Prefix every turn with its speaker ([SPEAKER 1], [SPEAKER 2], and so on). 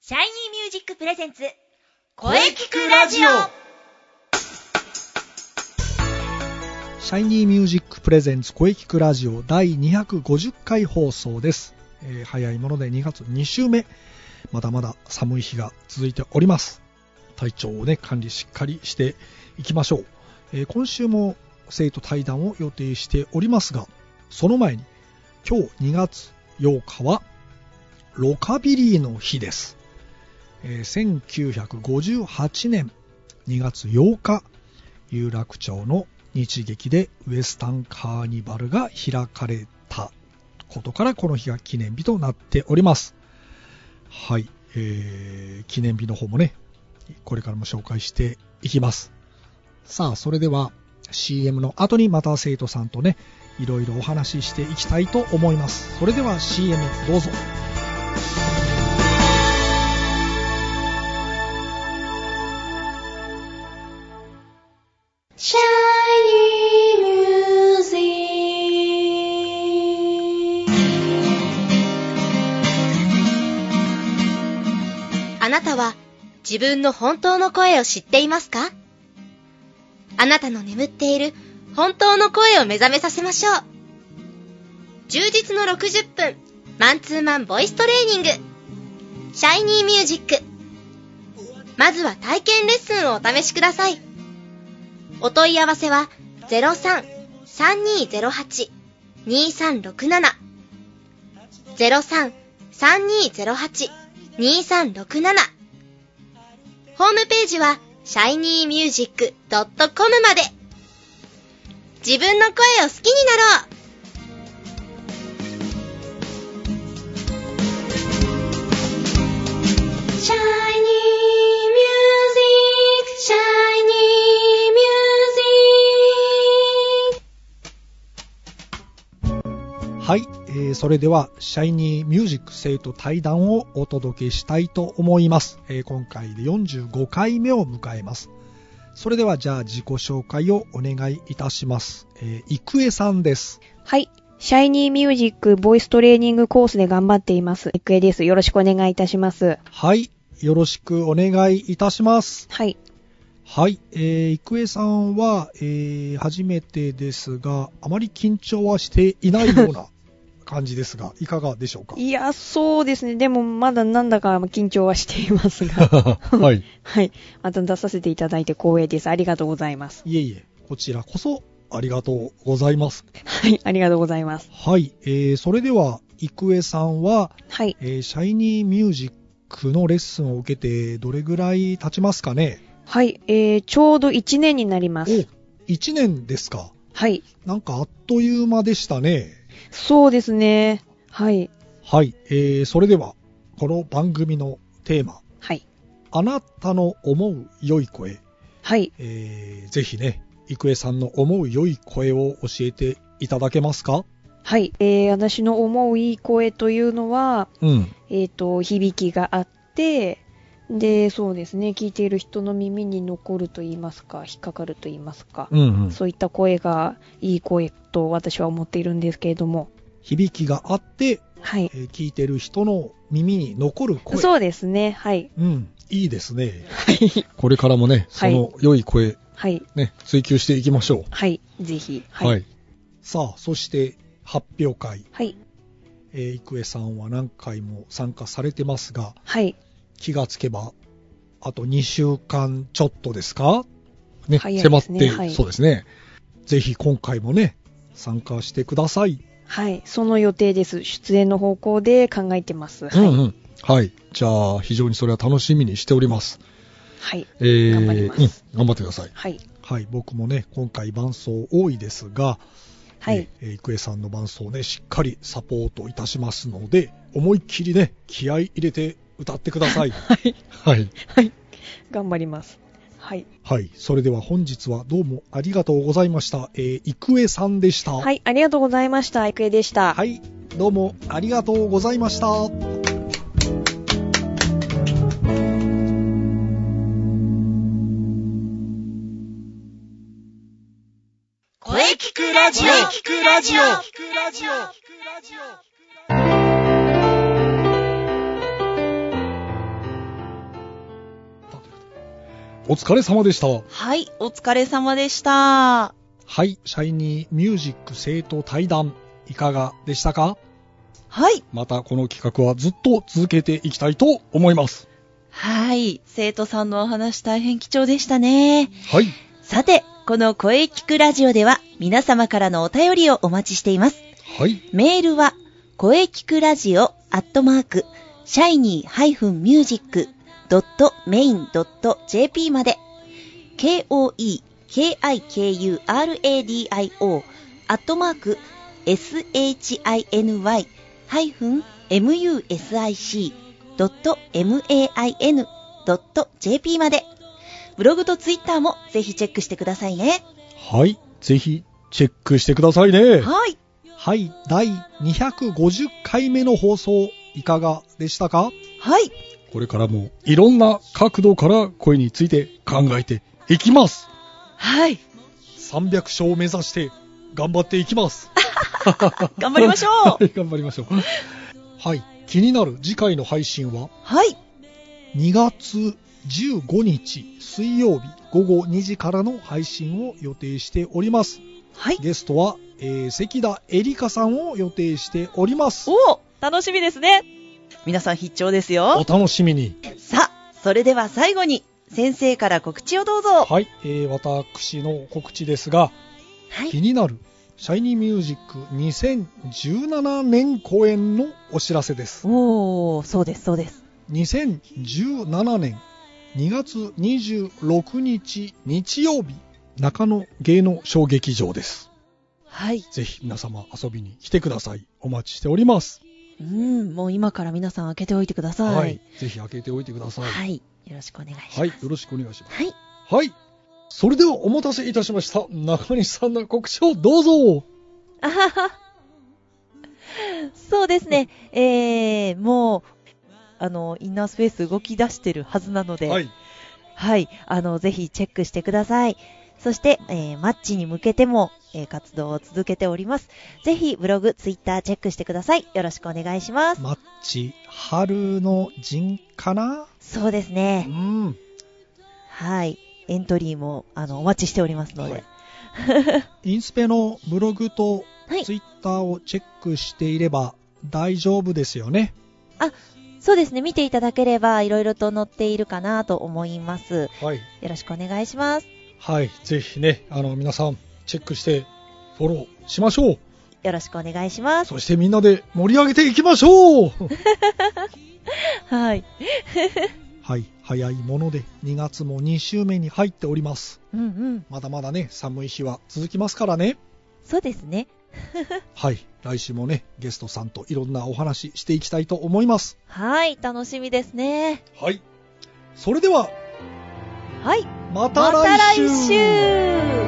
[SPEAKER 1] シャイニーミュージックプレゼンツ
[SPEAKER 2] 声聞くラジオ
[SPEAKER 3] シャイニーミュージックプレゼンツ声聞くラジオ第250回放送です、えー早いもので2月2週目まだまだ寒い日が続いております体調をね管理しっかりしていきましょう、えー今週も生徒対談を予定しておりますがその前に今日2月8日はロカビリーの日です、えー1958年2月8日有楽町の日劇でウエスタンカーニバルが開かれたことからこの日が記念日となっておりますはい、えー記念日の方もねこれからも紹介していきますさあそれでは CM の後にまた生徒さんとねいろいろお話ししていきたいと思いますそれでは CM どうぞ
[SPEAKER 1] シャイニーミュージックあなたは自分の本当の声を知っていますかあなたの眠っている本当の声を目覚めさせましょう充実の60分マンツーマンボイストレーニングシャイニーミュージックまずは体験レッスンをお試しくださいお問い合わせは03-3208-2367 03-3208-2367ホームページは shinymusic.com まで自分の声を好きになろうシャイニーミュージック、シャイニーミュージック。
[SPEAKER 3] はい、えーそれではシャイニーミュージック生徒対談をお届けしたいと思います、えー今回で45回目を迎えますそれではじゃあ自己紹介をお願いいたします、えー、郁恵さんです
[SPEAKER 4] はい。シャイニーミュージックボイストレーニングコースで頑張っています。育英です。よろしくお願いいたします。
[SPEAKER 3] はいよろしくお願いいたします
[SPEAKER 4] はい。
[SPEAKER 3] はい、えー、郁恵さんは、えー初めてですがあまり緊張はしていないような感じです がいかがでしょうか
[SPEAKER 4] いや、そうですね。でも、まだなんだか緊張はしています が。
[SPEAKER 3] はい
[SPEAKER 4] はい。また出させていただいて光栄です。ありがとうございます。
[SPEAKER 3] いえいえ、こちらこそありがとうございます。
[SPEAKER 4] はい。ありがとうございます。
[SPEAKER 3] はい、えー、それでは、郁恵さんは、
[SPEAKER 4] はい。
[SPEAKER 3] えーシャイニーミュージックのレッスンを受けて、どれぐらい経ちますかね
[SPEAKER 4] はい。えー、ちょうど1年になりま
[SPEAKER 3] お
[SPEAKER 4] す。、
[SPEAKER 3] 1年ですか。
[SPEAKER 4] はい。
[SPEAKER 3] なんかあっという間でしたね。
[SPEAKER 4] そうですね。はい。
[SPEAKER 3] はい、えー、それでは、この番組のテーマ、
[SPEAKER 4] はい。
[SPEAKER 3] あなたの思う良い声、
[SPEAKER 4] はい。
[SPEAKER 3] えー、ぜひね、郁恵さんの思う良い声を教えていただけますか
[SPEAKER 4] はい。えー、私の思ういい声というのは、
[SPEAKER 3] うん。
[SPEAKER 4] えっ、と、響きがあって、で、そうですね、聞いている人の耳に残ると言いますか、引っかかると言いますか、
[SPEAKER 3] うん、うん。
[SPEAKER 4] そういった声がいい声と私は思っているんですけれども、
[SPEAKER 3] 響きがあって、
[SPEAKER 4] はい。
[SPEAKER 3] えー聞いてる人の耳に残る声。
[SPEAKER 4] そうですね、はい。
[SPEAKER 3] うん、いいですね。これからもね、そ
[SPEAKER 4] はい
[SPEAKER 3] の良い声、
[SPEAKER 4] はい。
[SPEAKER 3] ね、追求していきましょう。
[SPEAKER 4] はい。ぜひ。
[SPEAKER 3] はい。
[SPEAKER 4] はい。
[SPEAKER 3] さあ、そして発表会、
[SPEAKER 4] はい。
[SPEAKER 3] えー、郁恵さんは何回も参加されてますが、
[SPEAKER 4] はい。
[SPEAKER 3] 気がつけば、あと2週間ちょっとですかね、
[SPEAKER 4] 早い
[SPEAKER 3] 迫
[SPEAKER 4] で
[SPEAKER 3] っ
[SPEAKER 4] すね
[SPEAKER 3] て、
[SPEAKER 4] はい
[SPEAKER 3] そうですね。ぜひ今回もね、参加してください。
[SPEAKER 4] はい。その予定です。出演の方向で考えてます。はい。
[SPEAKER 3] うんうん。はい。じゃあ、非常にそれは楽しみにしております。
[SPEAKER 4] はい。
[SPEAKER 3] えー
[SPEAKER 4] 頑張ります
[SPEAKER 3] うん、頑張ってください。
[SPEAKER 4] はい。
[SPEAKER 3] はい、僕もね、今回伴奏多いですが、
[SPEAKER 4] はい。
[SPEAKER 3] ねえー郁恵さんの伴奏をね、しっかりサポートいたしますので、思いっきりね、気合い入れて歌ってください。
[SPEAKER 4] はい。
[SPEAKER 3] はい。
[SPEAKER 4] 頑張ります。はい。
[SPEAKER 3] はい、それでは本日はどうもありがとうございました。えー、郁恵さんでした。
[SPEAKER 4] はい。ありがとうございました。いくえでした。
[SPEAKER 3] はい、どうもありがとうございました。
[SPEAKER 1] 声聞くラジオ
[SPEAKER 2] 声聞くラジオ
[SPEAKER 3] お疲れ様でした。
[SPEAKER 5] はい、お疲れ様でした。
[SPEAKER 3] はい、シャイニーミュージック生徒対談、いかがでしたか
[SPEAKER 5] はい。
[SPEAKER 3] またこの企画はずっと続けていきたいと思います。
[SPEAKER 5] はい、生徒さんのお話大変貴重でしたね。
[SPEAKER 3] はい。
[SPEAKER 5] さて、この声聞くラジオでは皆様からのお便りをお待ちしています。
[SPEAKER 3] はい。
[SPEAKER 5] メールは、声聞くラジオアットマーク、シャイニー -music.main.jp まで、k-o-e-k-i-k-u-r-a-d-i-o アットマーク、shiny-music.main.jp まで、ブログとツイッターもぜひチェックしてくださいね。
[SPEAKER 3] はい。ぜひ、チェックしてくださいね。
[SPEAKER 5] はい。
[SPEAKER 3] はい。第250回目の放送、いかがでしたか
[SPEAKER 5] はい。
[SPEAKER 3] これからもいろんな角度から声について考えていきます。
[SPEAKER 5] はい。
[SPEAKER 3] 300勝を目指して頑張っていきます。
[SPEAKER 5] 頑張りましょう。
[SPEAKER 3] はい頑張りましょう。はい。気になる次回の配信は
[SPEAKER 5] はい。
[SPEAKER 3] 2月15日水曜日午後2時からの配信を予定しております。
[SPEAKER 5] はい。
[SPEAKER 3] ゲストは、えー関田エリカさんを予定しております。
[SPEAKER 5] おお楽しみですね皆さん必聴です
[SPEAKER 3] お
[SPEAKER 5] よ
[SPEAKER 3] 楽しみに。
[SPEAKER 5] さあそれでは最後に先生から告知をどうぞは
[SPEAKER 3] はい、えー私の告知ですが、
[SPEAKER 1] はい
[SPEAKER 3] 気になるシャイニーミュージック2017年公演のお知らせです。
[SPEAKER 5] おおそうですそうです
[SPEAKER 3] 2017年2月26日日曜日、中野芸能小劇場です。
[SPEAKER 5] はい
[SPEAKER 3] ぜひ皆様遊びに来てください。お待ちしております。
[SPEAKER 5] うんもう今から皆さん開けておいてくださいはい、、
[SPEAKER 3] ぜひ開けておいてください。はい、
[SPEAKER 5] よろしくお願いします、
[SPEAKER 3] よろしくお願いします。
[SPEAKER 1] はい。
[SPEAKER 3] はい。それではお待たせいたしました。中西さんの告知をどうぞ。
[SPEAKER 5] あははそうですねえー、もうあのインナースペース動き出してるはずなので
[SPEAKER 3] はい。
[SPEAKER 5] はい、あの、ぜひチェックしてください。そして、えーマッチに向けても、えー活動を続けております。ぜひ、ブログ、ツイッターチェックしてください。よろしくお願いします。
[SPEAKER 3] マッチ、春の陣かな
[SPEAKER 5] そうです
[SPEAKER 3] う
[SPEAKER 5] ね。
[SPEAKER 3] ん。
[SPEAKER 5] はい。エントリーも、あの、お待ちしておりますので。
[SPEAKER 3] はいインスペのブログと
[SPEAKER 1] はい
[SPEAKER 3] ツイッターをチェックしていれば大丈夫ですよね。
[SPEAKER 5] そうですね。見ていただければ、いろいろと載っているかなと思います。
[SPEAKER 3] はい。
[SPEAKER 5] よろしくお願いします。
[SPEAKER 3] はい。ぜひね、あの、皆さんチェックしてフォローしましょう。
[SPEAKER 5] よろしくお願いします。
[SPEAKER 3] そしてみんなで盛り上げていきましょう
[SPEAKER 5] はい。
[SPEAKER 3] はい。早いもので2月も2週目に入っております。
[SPEAKER 5] うんうん。
[SPEAKER 3] まだまだね、寒い日は続きますからね。
[SPEAKER 5] そうですね。
[SPEAKER 3] はい。来週もね、ゲストさんといろんなお話していきたいと思います。
[SPEAKER 5] はい。楽しみですね。
[SPEAKER 3] はい。それでは、
[SPEAKER 5] はい。
[SPEAKER 3] また
[SPEAKER 5] また
[SPEAKER 3] 来週
[SPEAKER 5] 来週